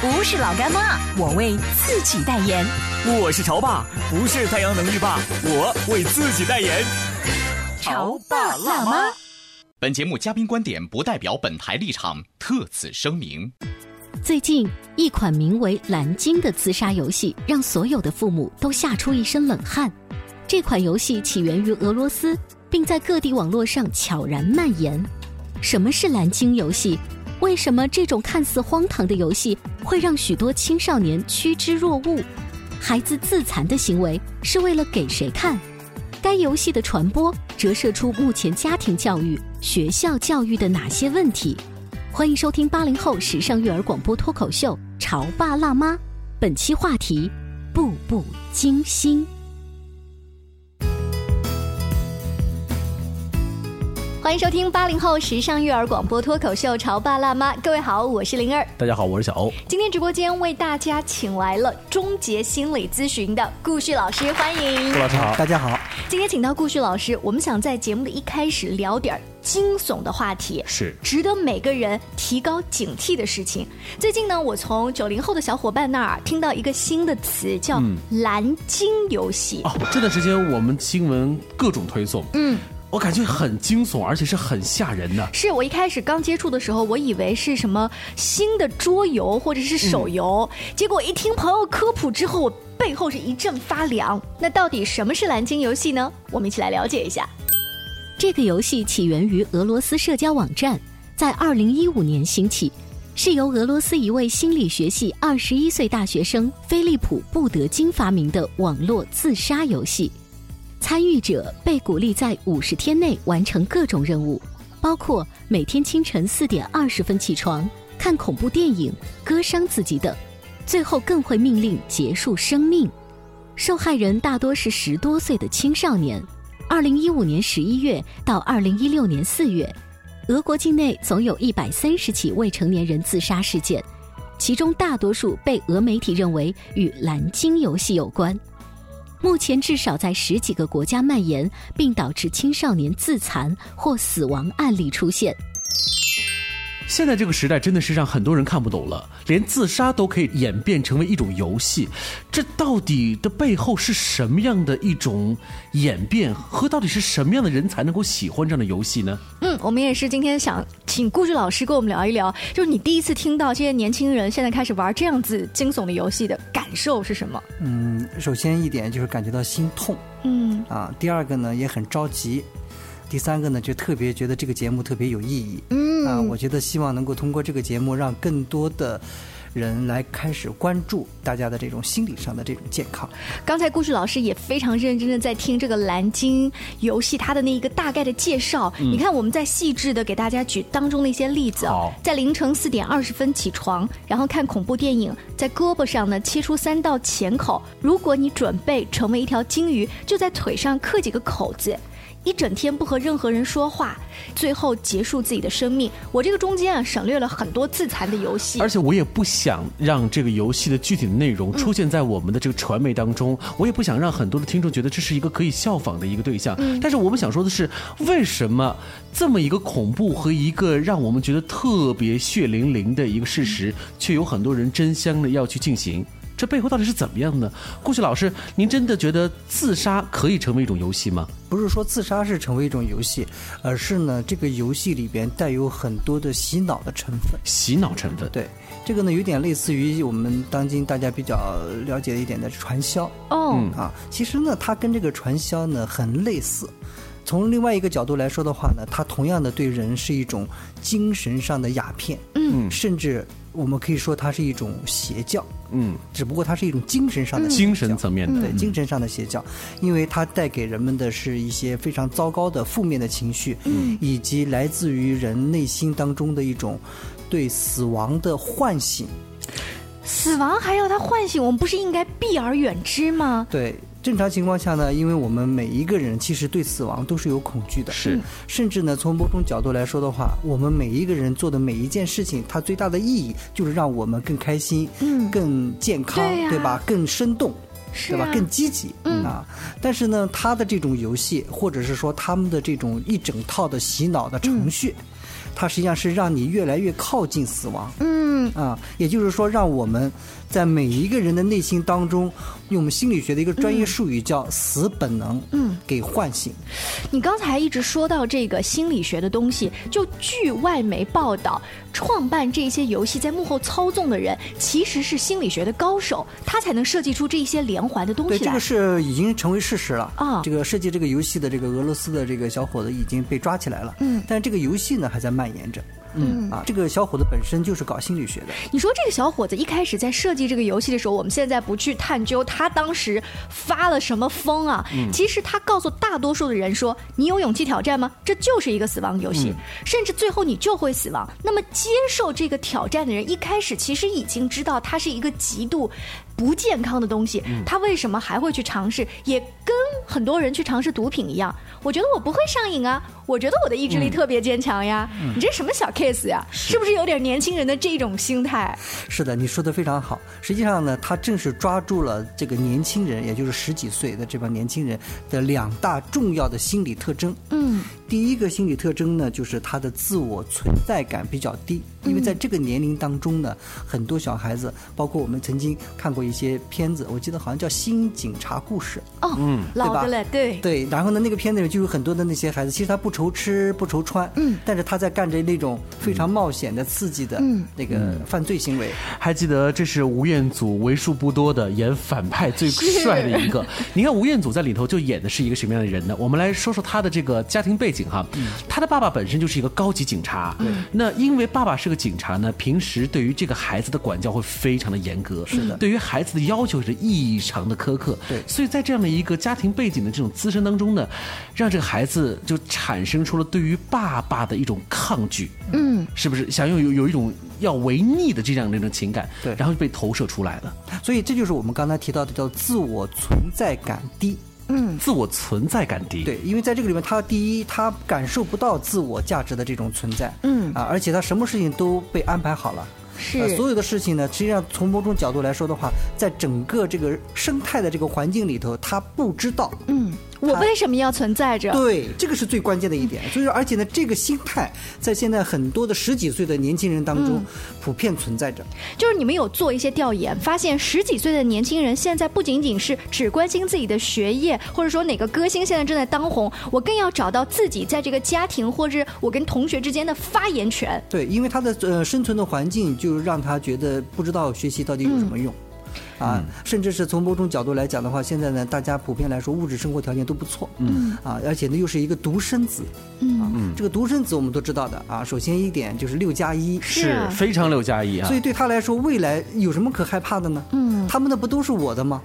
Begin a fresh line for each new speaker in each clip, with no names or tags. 不是老干妈，我为自己代言。
我是潮爸，不是太阳能浴霸，我为自己代言。
潮爸辣妈。
本节目嘉宾观点不代表本台立场，特此声明。
最近，一款名为《蓝鲸》的自杀游戏让所有的父母都吓出一身冷汗。这款游戏起源于俄罗斯，并在各地网络上悄然蔓延。什么是蓝鲸游戏？为什么这种看似荒唐的游戏会让许多青少年趋之若鹜？孩子自残的行为是为了给谁看？该游戏的传播折射出目前家庭教育、学校教育的哪些问题？欢迎收听八零后时尚育儿广播脱口秀《潮爸辣妈》，本期话题：步步惊心。
欢迎收听八零后时尚育儿广播脱口秀《潮爸辣妈》，各位好，我是灵儿。
大家好，我是小欧。
今天直播间为大家请来了终结心理咨询的顾旭老师，欢迎
顾。老师好，大家好。
今天请到顾旭老师，我们想在节目的一开始聊点儿惊悚的话题，
是
值得每个人提高警惕的事情。最近呢，我从九零后的小伙伴那儿听到一个新的词，叫“蓝鲸游戏”
哦，这段时间我们新闻各种推送，
嗯，
我感觉很惊悚，而且是很吓人的。
是我一开始刚接触的时候，我以为是什么新的桌游或者是手游，结果一听朋友科普之后，我背后是一阵发凉。那到底什么是蓝鲸游戏呢？我们一起来了解一下。
这个游戏起源于俄罗斯社交网站，在二零一五年兴起，是由俄罗斯一位心理学系二十一岁大学生菲利普·布德金发明的网络自杀游戏。参与者被鼓励在五十天内完成各种任务，包括每天清晨四点二十分起床、看恐怖电影、割伤自己等，最后更会命令结束生命。受害人大多是十多岁的青少年。二零一五年十一月到二零一六年四月，俄国境内总有一百三十起未成年人自杀事件，其中大多数被俄媒体认为与蓝鲸游戏有关。目前至少在十几个国家蔓延，并导致青少年自残或死亡案例出现。
现在这个时代真的是让很多人看不懂了，连自杀都可以演变成为一种游戏，这到底的背后是什么样的一种演变，和到底是什么样的人才能够喜欢这样的游戏呢？
嗯，我们也是今天想请顾志老师跟我们聊一聊，就是你第一次听到这些年轻人现在开始玩这样子惊悚的游戏的感受是什么？
嗯，首先一点就是感觉到心痛
嗯
啊，第二个呢也很着急，第三个呢就特别觉得这个节目特别有意义。
嗯
啊，我觉得希望能够通过这个节目，让更多的人来开始关注大家的这种心理上的这种健康。
刚才顾旭老师也非常认真的在听这个蓝鲸游戏它的那一个大概的介绍。你看，我们在细致的给大家举当中的一些例子啊
好，
在凌晨四点二十分起床，然后看恐怖电影，在胳膊上呢切出三道钳口。如果你准备成为一条鲸鱼，就在腿上刻几个口子。一整天不和任何人说话，最后结束自己的生命。我这个中间啊，省略了很多自残的游戏。
而且我也不想让这个游戏的具体的内容出现在我们的这个传媒当中，我也不想让很多的听众觉得这是一个可以效仿的一个对象。但是我们想说的是，为什么这么一个恐怖和一个让我们觉得特别血淋淋的一个事实，却有很多人争相的要去进行？这背后到底是怎么样的呢？顾旭老师，您真的觉得自杀可以成为一种游戏吗？
不是说自杀是成为一种游戏，而是呢这个游戏里边带有很多的洗脑的成分。
洗脑成分，
对，这个呢有点类似于我们当今大家比较了解的一点的传销。
嗯
哦，
啊，其实呢，它跟这个传销呢很类似，从另外一个角度来说的话呢，它同样的对人是一种精神上的鸦片，
嗯，
甚至我们可以说它是一种邪教，
嗯，
只不过它是一种精神上的邪教
精神层面的嗯
对，精神上的邪教，因为它带给人们的是一些非常糟糕的负面的情绪，
嗯
以及来自于人内心当中的一种对死亡的唤醒。
死亡还要他唤醒，我们不是应该避而远之吗？
对，正常情况下呢，因为我们每一个人其实对死亡都是有恐惧的，嗯
是
甚至呢，从某种角度来说的话，我们每一个人做的每一件事情，它最大的意义就是让我们更开心，
嗯
更健康，
对呀
吧？更生动。
是
对吧
啊？
更积极、啊！但是呢，他的这种游戏，或者是说他们的这种一整套的洗脑的程序，它实际上是让你越来越靠近死亡。
嗯，
啊，也就是说，让我们在每一个人的内心当中，用我们心理学的一个专业术语叫“死本能”，
嗯，
给唤醒。
你刚才一直说到这个心理学的东西，就据外媒报道，创办这些游戏在幕后操纵的人其实是心理学的高手，他才能设计出这些连环的东
对，
西
这
来
个。是已经成为事实了
啊
这个设计这个游戏的这个俄罗斯的这个小伙子已经被抓起来了，
嗯
但这个游戏呢还在蔓延着。嗯啊，这个小伙子本身就是搞心理学的，
你说这个小伙子一开始在设计这个游戏的时候，我们现在不去探究他当时呃发了什么疯啊，
嗯
其实他告诉大多数的人说：“你有勇气挑战吗？这就是一个死亡游
嗯
戏，甚至最后你就会死亡。”那么接受这个挑战的人一开始其实已经知道它是一个极度不健康的东西，他为什么还会去尝试？也跟很多人去尝试毒品一样，我觉得我不会上瘾啊，我觉得我的意志力特别坚强呀。你这什么小 case 呀？嗯是不是有点年轻人的这种心态？
是的，你说的非常好。实际上呢，他正是抓住了这个年轻人，也就是十几岁的这帮年轻人的两大重要的心理特征。
嗯，
第一个心理特征呢，就是他的自我存在感比较低，因为在这个年龄当中呢，很多小孩子，包括我们曾经看过一些片子，我记得好像叫《新警察故事》。
哦，老的了，对，
对，然后呢，那个片子里就有很多的那些孩子，其实他不愁吃不愁穿，嗯，但是他在干着那种非常冒险的、刺激的那个犯罪行为。
还记得这是吴彦祖为数不多的演反派最帅的一个。 你看吴彦祖在里头就演的是一个什么样的人呢？我们来说说他的这个家庭背景哈。他的爸爸本身就是一个高级警察，那因为爸爸是个警察呢，平时对于这个孩子的管教会非常的严格，是
的
对于孩子的要求是异常的苛刻。
对
所以在这样的一个家庭背景的这种滋生当中呢，让这个孩子就产生出了对于爸爸的一种抗拒。
嗯，
是不是想要有有一种要违逆的这样的一种情感，
对
然后就被投射出来了，
所以这就是我们刚才提到的叫自我存在感低。
自我存在感低，，
嗯对，因为在这个里面，他第一，他感受不到自我价值的这种存在，
嗯
啊，而且他什么事情都被安排好了。
是
呃，所有的事情呢，实际上从某种角度来说的话，在整个这个生态的这个环境里头，他不知道，
嗯，我为什么要存在着？
对，这个是最关键的一点。所以说，而且呢，这个心态在现在很多的十几岁的年轻人当
嗯
中普遍存在着。
就是你们有做一些调研，发现十几岁的年轻人现在不仅仅是只关心自己的学业，或者说哪个歌星现在正在当红，我更要找到自己在这个家庭或者我跟同学之间的发言权。
对，因为他的呃生存的环境就让他觉得不知道学习到底有什么用。
嗯
啊，甚至是从某种角度来讲的话，现在呢，大家普遍来说物质生活条件都不错，嗯，啊，而且呢又是一个独生子，啊，
嗯
这个独生子我们都知道的啊，首先一点就是六加一，
是
是
啊
非常六加一啊
所。以对他来说，未来有什么可害怕的呢？嗯，他们的不都是我的吗？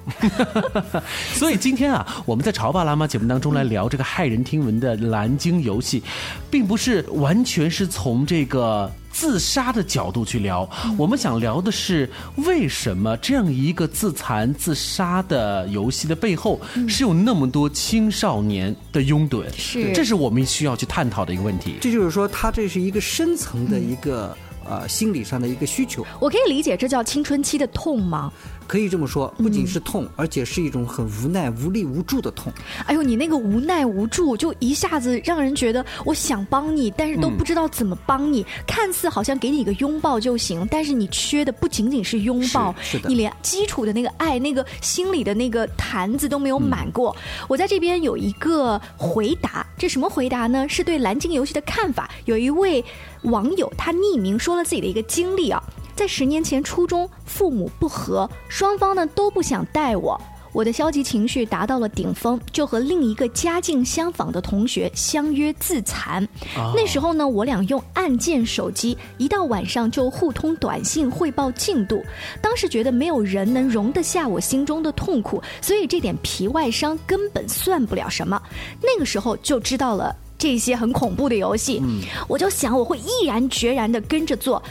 所以今天啊，我们在《潮爸辣妈》节目当中来聊这个骇人听闻的蓝鲸游戏，并不是完全是从这个。自杀的角度去聊，我们想聊的是为什么这样一个自残自杀的游戏的背后是有那么多青少年的拥趸，
是
这是我们需要去探讨的一个问题。
这就是说，他这是一个深层的一个、呃心理上的一个需求，
我可以理解这叫青春期的痛吗？
可以这么说，不仅是痛，而且是一种很无奈、无力、无助的痛。
哎呦，你那个无奈无助，就一下子让人觉得我想帮你，但是
嗯
都不知道怎么帮你。看似好像给你一个拥抱就行，但是你缺的不仅仅是拥抱，
是是的
你连基础的那个爱、那个心里的那个坛子都没有满过。
嗯
我在这边有一个回答，这什么回答呢？是对蓝鲸游戏的看法。有一位网友他匿名说了自己的一个经历啊。在十年前初中，父母不和，双方呢都不想带我。我的消极情绪达到了顶峰，就和另一个家境相仿的同学相约自残。那时候呢，我俩用按键手机，一到晚上就互通短信汇报进度。当时觉得没有人能容得下我心中的痛苦，所以这点皮外伤根本算不了什么。那个时候就知道了。这些很恐怖的游戏，我就想我会毅然决然的跟着做。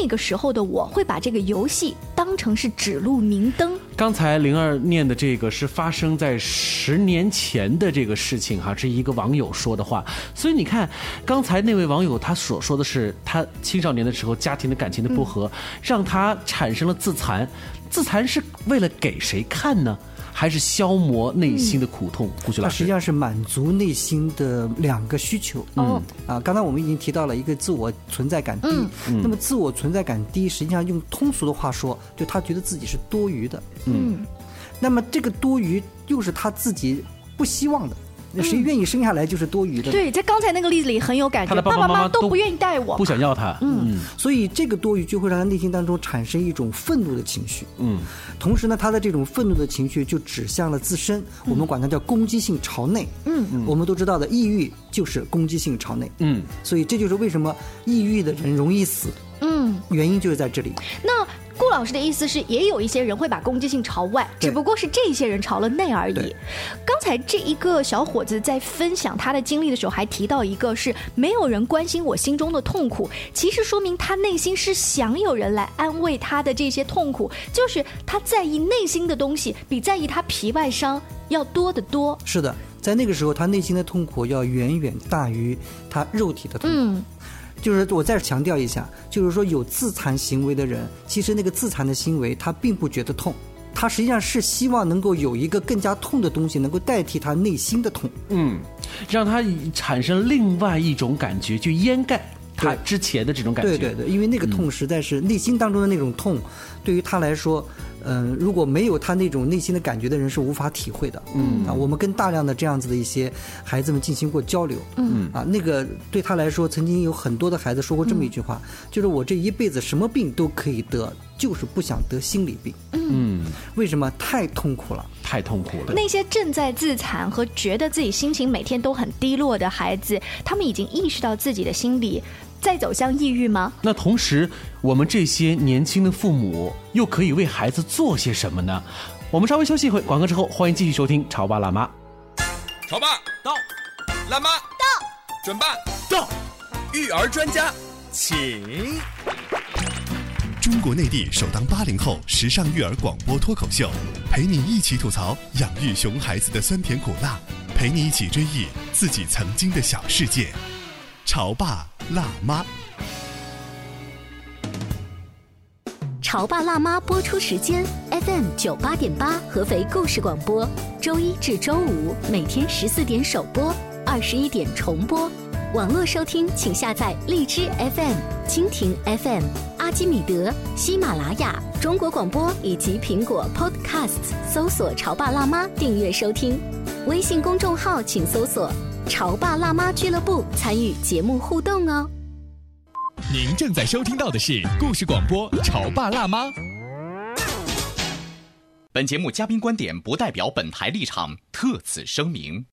那个时候的我会把这个游戏当成是指路明灯，
刚才灵儿念的这个是发生在十年前的这个事情哈、是一个网友说的话。所以你看，刚才那位网友他所说的是他青少年的时候家庭的感情的不和，让他产生了自残。自残是为了给谁看呢？还是消磨内心的苦痛？顾旭老
它实
师
际，上是满足内心的两个需求。
哦嗯
啊，刚才我们已经提到了一个自我存在感低，那么自我存在感低，实际上用通俗的话说，就他觉得自己是多余的。
嗯，
那么这个多余又是他自己不希望的，那谁愿意生下来就是多余的呢？
嗯对，在刚才那个例子里很有感觉，
他的爸爸
妈
妈妈
都
都
不愿意带我
不，想要他。嗯
所以这个多余就会让他内心当中产生一种愤怒的情绪。
嗯
同时呢，他的这种愤怒的情绪就指向了自身，我们管它叫攻击性朝内。
嗯，
我们都知道的，抑郁就是攻击性朝内。
嗯，
所以这就是为什么抑郁的人容易死，
嗯，
原因就是在这里。
那。顾老师的意思是，也有一些人会把攻击性朝外，
对
只不过是这些人朝了内而已
对。
刚才这一个小伙子在分享他的经历的时候，还提到一个是没有人关心我心中的痛苦，其实说明他内心是想有人来安慰他的这些痛苦，就是他在意内心的东西比在意他皮外伤要多得多。
是的，在那个时候，他内心的痛苦要远远大于他肉体的痛苦。
嗯
就是我再强调一下，就是说有自残行为的人，其实那个自残的行为他并不觉得痛，他实际上是希望能够有一个更加痛的东西能够代替他内心的痛。
嗯，让他产生另外一种感觉，就掩盖他
对
之前的这种感觉。
对对对，因为那个痛实在是内心当中的那种痛，对于他来说，嗯、如果没有他那种内心的感觉的人是无法体会的。嗯啊，我们跟大量的这样子的一些孩子们进行过交流。嗯啊，那个对他来说，曾经有很多的孩子说过这么一句话，就是我这一辈子什么病都可以得，就是不想得心理病。
嗯，
为什么太痛苦了？
太痛苦了。
那些正在自残和觉得自己心情每天都很低落的孩子，他们已经意识到自己的心理在走向抑郁吗？
那同时，我们这些年轻的父母又可以为孩子做些什么呢？我们稍微休息一会，广告之后，欢迎继续收听《潮爸辣妈》。
潮爸到，辣妈到，准爸到，育儿专家，请。
中国内地首档八零后时尚育儿广播脱口秀，陪你一起吐槽养育熊孩子的酸甜苦辣，陪你一起追忆自己曾经的小世界。潮爸辣妈。
《潮爸辣妈》播出时间：FM 九八点八，合肥故事广播，周一至周五每天十四点首播，二十一点重播。网络收听，请下载荔枝 FM、蜻蜓 FM、阿基米德、喜马拉雅、中国广播以及苹果 Podcasts，搜索“潮爸辣妈”订阅收听。微信公众号请搜索“潮爸辣妈俱乐部”，参与节目互动哦。
您正在收听到的是故事广播《潮爸辣妈》。
本节目嘉宾观点不代表本台立场，特此声明。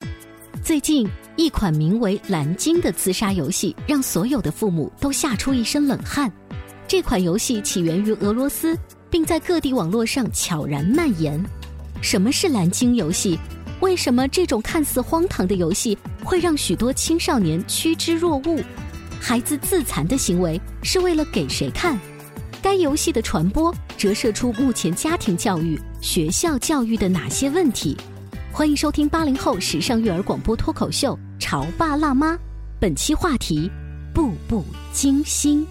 最近，一款名为《蓝鲸》的自杀游戏让所有的父母都吓出一身冷汗。这款游戏起源于俄罗斯，并在各地网络上悄然蔓延。什么是蓝鲸游戏？为什么这种看似荒唐的游戏会让许多青少年趋之若鹜？孩子自残的行为是为了给谁看？该游戏的传播折射出目前家庭教育、学校教育的哪些问题？欢迎收听八零后时尚育儿广播脱口秀《潮爸辣妈》，本期话题：步步惊心。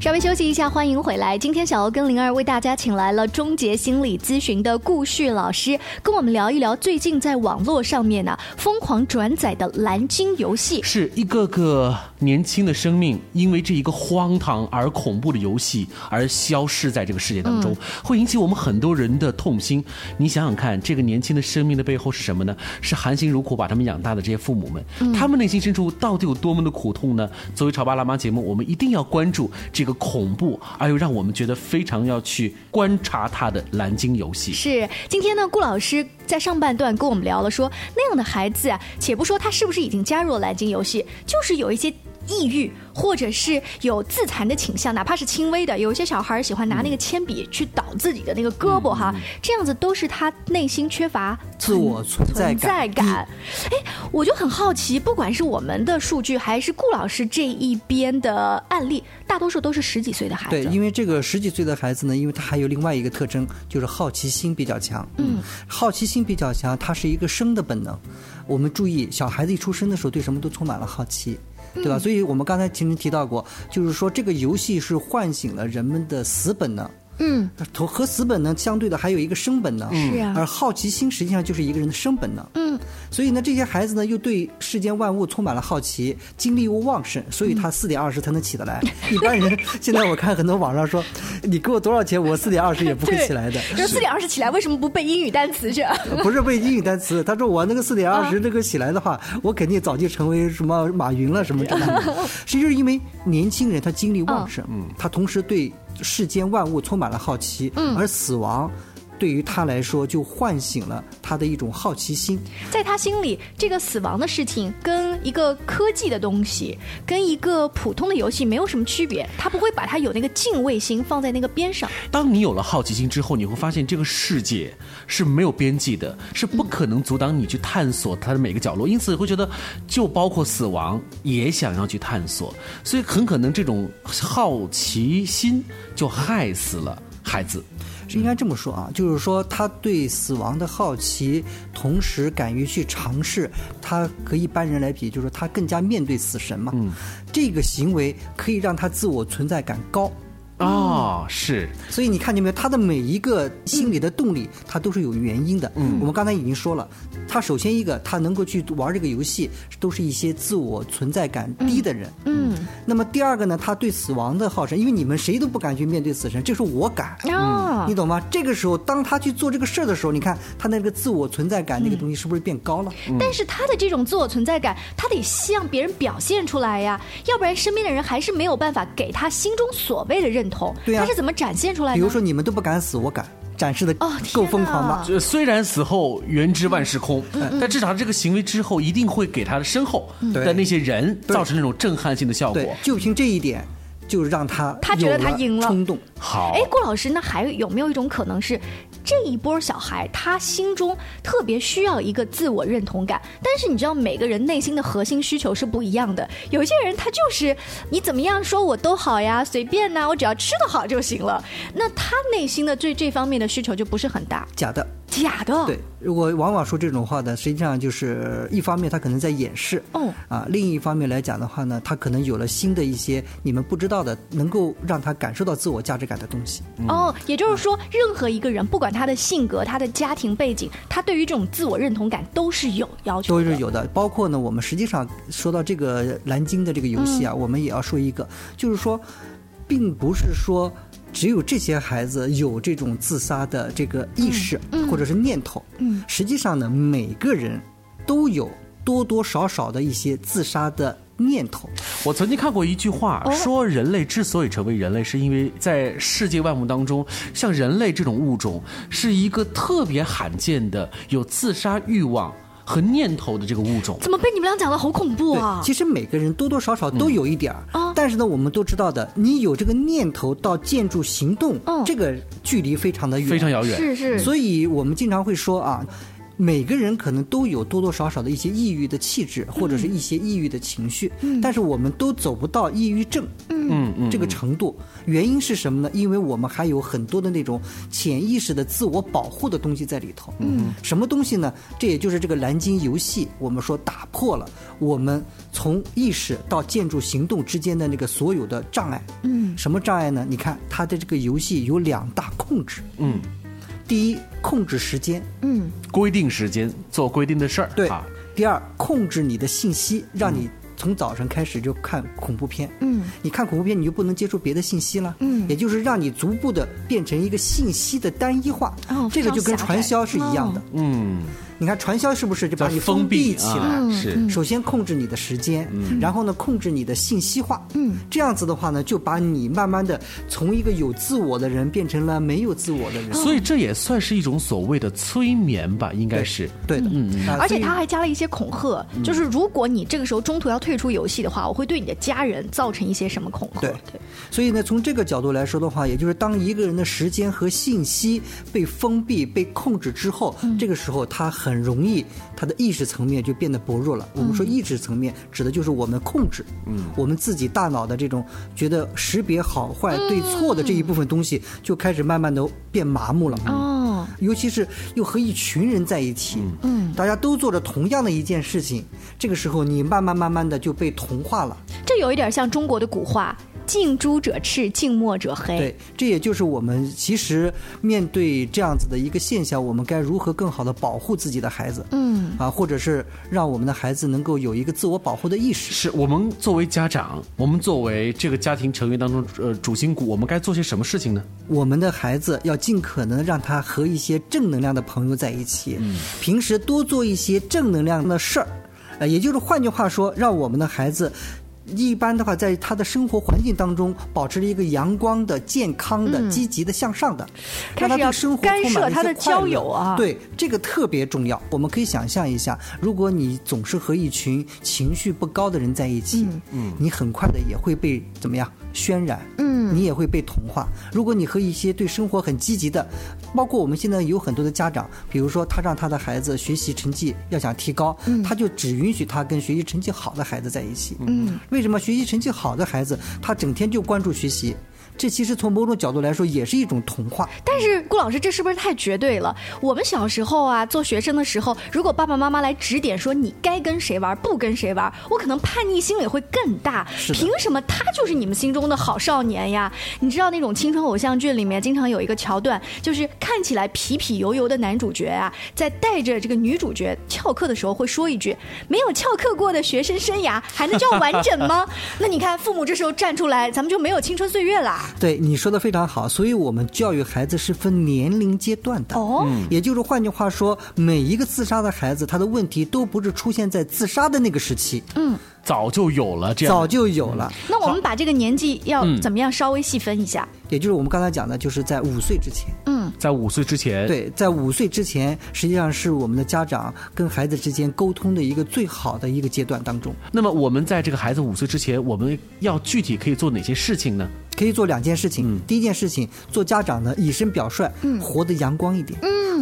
稍微休息一下，欢迎回来。今天小欧跟灵儿为大家请来了终结心理咨询的顾旭老师，跟我们聊一聊最近在网络上面呢、疯狂转载的蓝鲸游戏。
是一个个年轻的生命，因为这一个荒唐而恐怖的游戏而消失在这个世界当中，会引起我们很多人的痛心。你想想看，这个年轻的生命的背后是什么呢？是含辛茹苦把他们养大的这些父母们，他们内心深处到底有多么的苦痛呢？作为《潮爸辣妈》节目，我们一定要关注这个恐怖而又让我们觉得非常要去观察它的蓝鲸游戏。
是，今天呢，顾老师在上半段跟我们聊了说，那样的孩子啊，且不说他是不是已经加入了蓝鲸游戏，就是有一些。抑郁，或者是有自残的倾向，哪怕是轻微的，有一些小孩儿喜欢拿那个铅笔去捣自己的那个胳膊
嗯
哈，这样子都是他内心缺乏
自我存在
存在
感。
感。哎，我就很好奇，不管是我们的数据，还是顾老师这一边的案例，大多数都是十几岁的孩
对，
子。
因为这个十几岁的孩子呢，因为他还有另外一个特征，就是好奇心比较强。嗯，好奇心比较强，它是一个生的本能。我们注意，小孩子一出生的时候对什么都充满了好奇，对
嗯
吧？所以我们刚才其实提到过，就是说这个游戏是唤醒了人们的死本能。
嗯，
同和死本能相对的还有一个生本能，
是啊
而好奇心实际上就是一个人的生本能，
嗯，
所以呢，这些孩子呢又对世间万物充满了好奇，精力又旺盛，所以
嗯
他四点二十才能起得来。一般人 现在我看很多网上说，你给我多少钱，我四点二十也不会
对
起来的。
就是四点二十起来，为什么不背英语单词去？
不是背英语单词，他说我那个四点二十这个起来的话，我肯定早就成为什么马云了什么之类的。实际是因为年轻人他精力旺盛，他同时对世间万物充满了好奇，而死亡。对于他来说，就唤醒了他的一种好奇心。
在他心里，这个死亡的事情跟一个科技的东西，跟一个普通的游戏没有什么区别。他不会把他有那个敬畏心放在那个边上。
当你有了好奇心之后，你会发现这个世界是没有边际的，是不可能阻挡你去探索它的每个角落。因此，会觉得就包括死亡也想要去探索，所以很可能这种好奇心就害死了孩子。
是应该这么说啊，就是说他对死亡的好奇，同时敢于去尝试，他和一般人来比，就是说他更加面对死神嘛。嗯，这个行为可以让他自我存在感高。
啊、是
所以你看见没有，他的每一个心理的动力，
嗯
它都是有原因的。嗯，我们刚才已经说了，他首先一个，他能够去玩这个游戏，都是一些自我存在感低的人。嗯，那么第二个呢，他对死亡的好神，因为你们谁都不敢去面对死神，这时候我敢。嗯
啊
你懂吗？这个时候，当他去做这个事儿的时候，你看他那个自我存在
嗯
感那个东西是不是变高了？
但是他的这种自我存在感，他得向别人表现出来呀，要不然身边的人还是没有办法给他心中所谓的认同。
对啊呀
他是怎么展现出来的？
比如说，你们都不敢死，我敢，展示的
嗯哦天
够疯狂
哪
吧？
呃，虽然死后原知万事空，但至少他这个行为之后一定会给他的身后的那些人造成那种震撼性的效果
对。，就凭这一点，就让他
他觉得他
有
赢了
冲动。
好，
哎，顾老师，那还有没有一种可能是，这一波小孩他心中特别需要一个自我认同感？但是你知道，每个人内心的核心需求是不一样的。有些人他就是你怎么样说我都好呀，随便呐、我只要吃得好就行了。那他内心的对这方面的需求就不是很大，
假的，
假的。
对，，如果往往说这种话的，实际上就是一方面他可能在掩饰，
哦
啊，另一方面来讲的话呢，他可能有了新的一些你们不知道的，能够让他感受到自我价值感的东西。
哦，
嗯
也就是说，任何一个人，不管他的性格、他的家庭背景，他对于这种自我认同感都是有要求的。
都是有的。包括呢，我们实际上说到这个蓝鲸的这个游戏啊，我们也要说一个，就是说，并不是说只有这些孩子有这种自杀的这个意识、或者是念头。嗯，实际上呢，每个人都有多多少少的一些自杀的念头。
我曾经看过一句话，
哦
说人类之所以成为人类，是因为在世界万物当中，像人类这种物种是一个特别罕见的有自杀欲望和念头的这个物种。
怎么被你们俩讲的好恐怖
对
啊，！
其实每个人多多少少都有一点儿、
啊
但是呢，我们都知道的，你有这个念头到建筑行动，
嗯
这个距离非常的远，
非常遥远，
是是，
所以我们经常会说啊，每个人可能都有多多少少的一些抑郁的气质，或者是一些抑郁的情绪，但是我们都走不到抑郁症，嗯嗯，这个程度。原因是什么呢？因为我们还有很多的那种潜意识的自我保护的东西在里头。嗯，什么东西呢？这也就是这个蓝鲸游戏，我们说打破了我们从意识到建筑行动之间的那个所有的障碍。嗯，什么障碍呢？你看它的这个游戏有两大控制。第一，控制时间；
嗯规定时间做规定的事儿。
对
啊，
第二，控制你的信息，让你从早晨开始就看恐怖片。嗯，你看恐怖片，你就不能接触别的信息了。嗯，也就是让你逐步的变成一个信息的单一化。
哦
这个
非常
就跟
狭窄
传销是一样的。嗯。你看传销是不是就把
叫
你
封
闭
闭
起
啊
来？嗯
是
首先控制你的时间，然后呢控制你的信息化。
嗯，
这样子的话呢，就把你慢慢的从一个有自我的人变成了没有自我的人。
所以这也算是一种所谓的催眠吧，应该是。
对的，嗯，
而且他还加了一些恐吓，就是如果你这个时候中途要退出游戏的话，我会对你的家人造成一些什么恐吓？
对所以呢，从这个角度来说的话，也就是当一个人的时间和信息被封闭、被控制之后，这个时候他很容易他的意识层面就变得薄弱了。我们说意识层面指的就是我们控制，嗯，我们自己大脑的这种觉得识别好坏对错的这一部分东西，就开始慢慢的变麻木了。
哦，
尤其是又和一群人在一起，嗯，大家都做着同样的一件事情，这个时候你慢慢慢慢的就被同化了。
这有一点像中国的古话“近朱者赤，近墨者黑”。
对，这也就是我们其实面对这样子的一个现象，我们该如何更好的保护自己的孩子？
嗯，
啊，或者是让我们的孩子能够有一个自我保护的意
嗯
识。
是我们作为家长，我们作为这个家庭成员当中呃主心骨，我们该做些什么事情呢？
我们的孩子要尽可能让他和一些正能量的朋友在一起，
嗯
平时多做一些正能量的事儿，呃，也就是换句话说，让我们的孩子。一般的话，在他的生活环境当中，保持着一个阳光的、健康的、积极的、向上的，
嗯开始
让他
要
对生活
干
充满
涉
了一
他
些
的
快
交
乐
友啊
对这个特别重要。我们可以想象一下，如果你总是和一群情绪不高的人在一起，嗯，你很快的也会被怎么样渲染，嗯，你也会被同化。如果你和一些对生活很积极的，包括我们现在有很多的家长，比如说他让他的孩子学习成绩要想提高，他就只允许他跟学习成绩好的孩子在一起，嗯，为什么学习成绩好的孩子他整天就关注学习？这其实从某种角度来说也是一种同化，
但
嗯
是顾老师，这是不是太绝对了？我们小时候啊，做学生的时候，如果爸爸妈妈来指点说你该跟谁玩，不跟谁玩，我可能叛逆心理会更大。
是的
凭什么他就是你们心中的好少年呀？你知道那种青春偶像剧里面经常有一个桥段，就是看起来痞痞油油的男主角啊，在带着这个女主角翘课的时候会说一句：“没有翘课过的学生生涯还能叫完整 吗？”那你看父母这时候站出来，咱们就没有青春岁月啦。
对你说的非常好，所以我们教育孩子是分年龄阶段的。
哦，
嗯
也就是换句话说，每一个自杀的孩子，他的问题都不是出现在自杀的那个时期，
早就有了这样嗯的
早就有了。
那我们把这个年纪要怎么样稍微细分一下？
也就是我们刚才讲的，就是在五岁之前。
在五岁之前，，
对，在五岁之前，实际上是我们的家长跟孩子之间沟通的一个最好的一个阶段当中。
那么我们在这个孩子五岁之前，我们要具体可以做哪些事情呢？
可以做两件事情。第一件事情，做家长呢以身表率，活得阳光一点，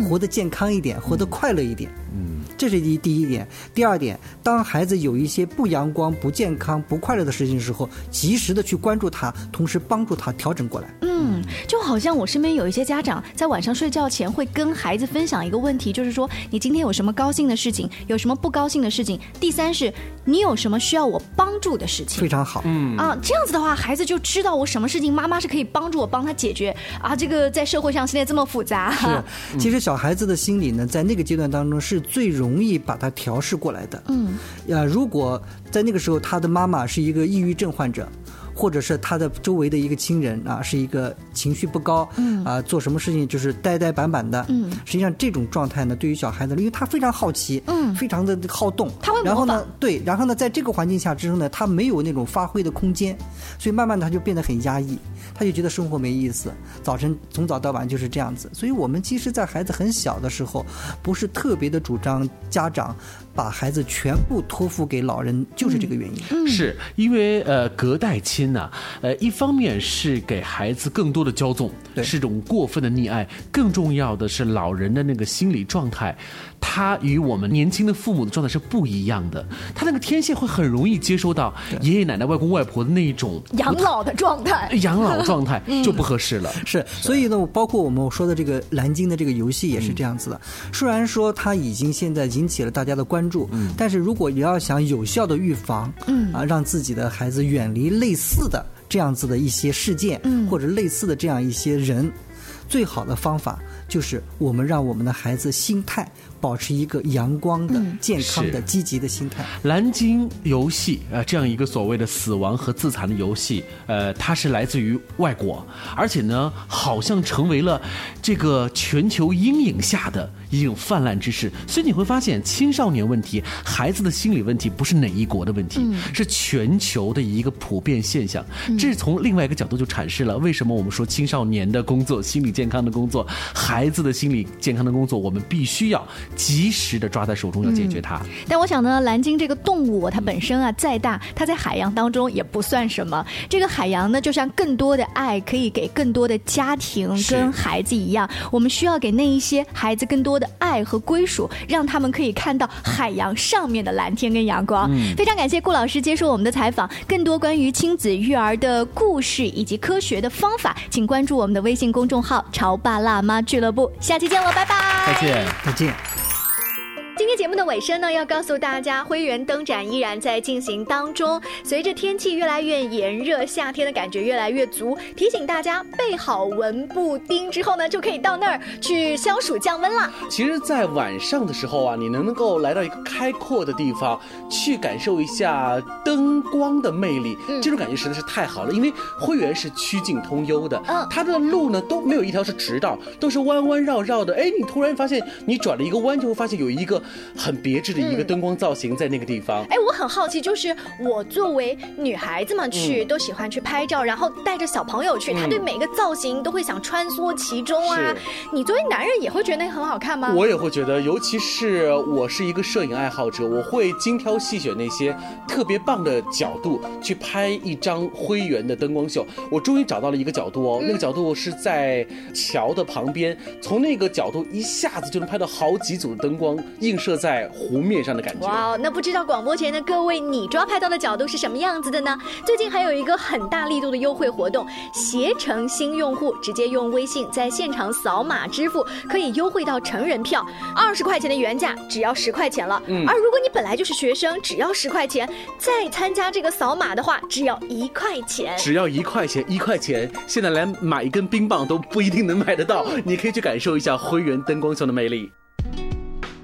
活得健康一点，活得快乐一点。嗯，这是第第一点。第二点，当孩子有一些不阳光、不健康、不快乐的事情的时候，及时的去关注他，同时帮助他调整过来。
嗯，就好像我身边有一些家长在晚上睡觉前会跟孩子分享一个问题，就是说你今天有什么高兴的事情，有什么不高兴的事情。第三是你有什么需要我帮助的事情
非。常好。嗯，
啊，这样子的话，孩子就知道我什么事情，妈妈是可以帮助我帮他解决啊。这个在社会上现在这么复杂，
是。啊 嗯其实小孩子的心理呢，在那个阶段当中是最容易把他调试过来的。嗯，呃，如果在那个时候他的妈妈是一个抑郁症患者。或者是他的周围的一个亲人啊，是一个情绪不高，嗯啊，做什么事情就是呆呆板板的，嗯，实际上这种状态呢，对于小孩子，因为他非常好奇，嗯，非常的好动，
他会模
然后呢
仿，
对，然后呢，在这个环境下之后呢，他没有那种发挥的空间，所以慢慢的他就变得很压抑，他就觉得生活没意思，早晨从早到晚就是这样子。所以我们其实，在孩子很小的时候，不是特别的主张家长把孩子全部托付给老人，就是这个原因。
是因为呃隔代亲呐、呃一方面是给孩子更多的骄纵，
对
是种过分的溺爱，更重要的是老人的那个心理状态，他与我们年轻的父母的状态是不一样的，他那个天性会很容易接收到爷爷奶奶、外公外婆的那一种
养老的状态。
养老状态就不合适了。
是，所以呢，包括我们说的这个蓝鲸的这个游戏也是这样子的。虽然说它已经现在引起了大家的关注，但是如果你要想有效的预防，嗯啊，让自己的孩子远离类似的这样子的一些事件，嗯，或者类似的这样一些人，最好的方法就是我们让我们的孩子心态保持一个阳光的、健康的、
是
积极的心态。
蓝鲸游戏啊、呃这样一个所谓的死亡和自残的游戏，呃，它是来自于外国，而且呢，好像成为了这个全球阴影下的已经有泛滥之势。所以你会发现，青少年问题、孩子的心理问题不是哪一国的问题，是全球的一个普遍现象。这从另外一个角度就阐释了为什么我们说青少年的工作、心理健康的工作、孩子的心理健康的工作，我们必须要及时的抓在手中，要解决它。
但我想呢，蓝鲸这个动物它本身啊再大，它在海洋当中也不算什么。这个海洋呢，就像更多的爱可以给更多的家庭
是
跟孩子一样，我们需要给那一些孩子更多的爱和归属，让他们可以看到海洋上面的蓝天跟阳光。非常感谢顾老师接受我们的采访，更多关于亲子育儿的故事以及科学的方法，请关注我们的微信公众号“潮爸辣妈俱乐部”。下期见了，拜拜。
再见。
再见。
今天节目的尾声呢，要告诉大家，灰原灯展依然在进行当中。随着天气越来越炎热，夏天的感觉越来越足，提醒大家备好文布丁之后呢，就可以到那儿去消暑降温了。
其实，在晚上的时候啊，你能够来到一个开阔的地方，去感受一下灯光的魅力，这种感觉实在是太好了。因为会员是曲径通幽的，
嗯
它的路呢都没有一条是直道，都是弯弯绕绕的。哎，你突然发现你转了一个弯，就会发现有一个很别致的一个灯光造型在那个地方。
哎，我很好奇，就是我作为女孩子嘛，去、都喜欢去拍照，然后带着小朋友去，他
嗯
对每个造型都会想穿梭其中啊
是。
你作为男人也会觉得那很好看吗？
我也会觉得，尤其是我是一个摄影爱好者，我会精挑细选那些特别棒的角度去拍一张灰原的灯光秀。我终于找到了一个角度哦，
嗯
那个角度是在桥的旁边，从那个角度一下子就能拍到好几组灯光映射在湖面上的感觉。
哇哦，那不知道广播前的各位，你抓拍到的角度是什么样子的呢？最近还有一个很大力度的优惠活动，携程新用户直接用微信在现场扫码支付，可以优惠到成人票，二十块钱的原价只要十块钱了。
嗯
而如果你本来就是学生，只要十块钱，再参加这个扫码的话，只要一块钱。
只要一块钱，一块钱，现在连买一根冰棒都不一定能买得到。你可以去感受一下灰原灯光秀的魅力。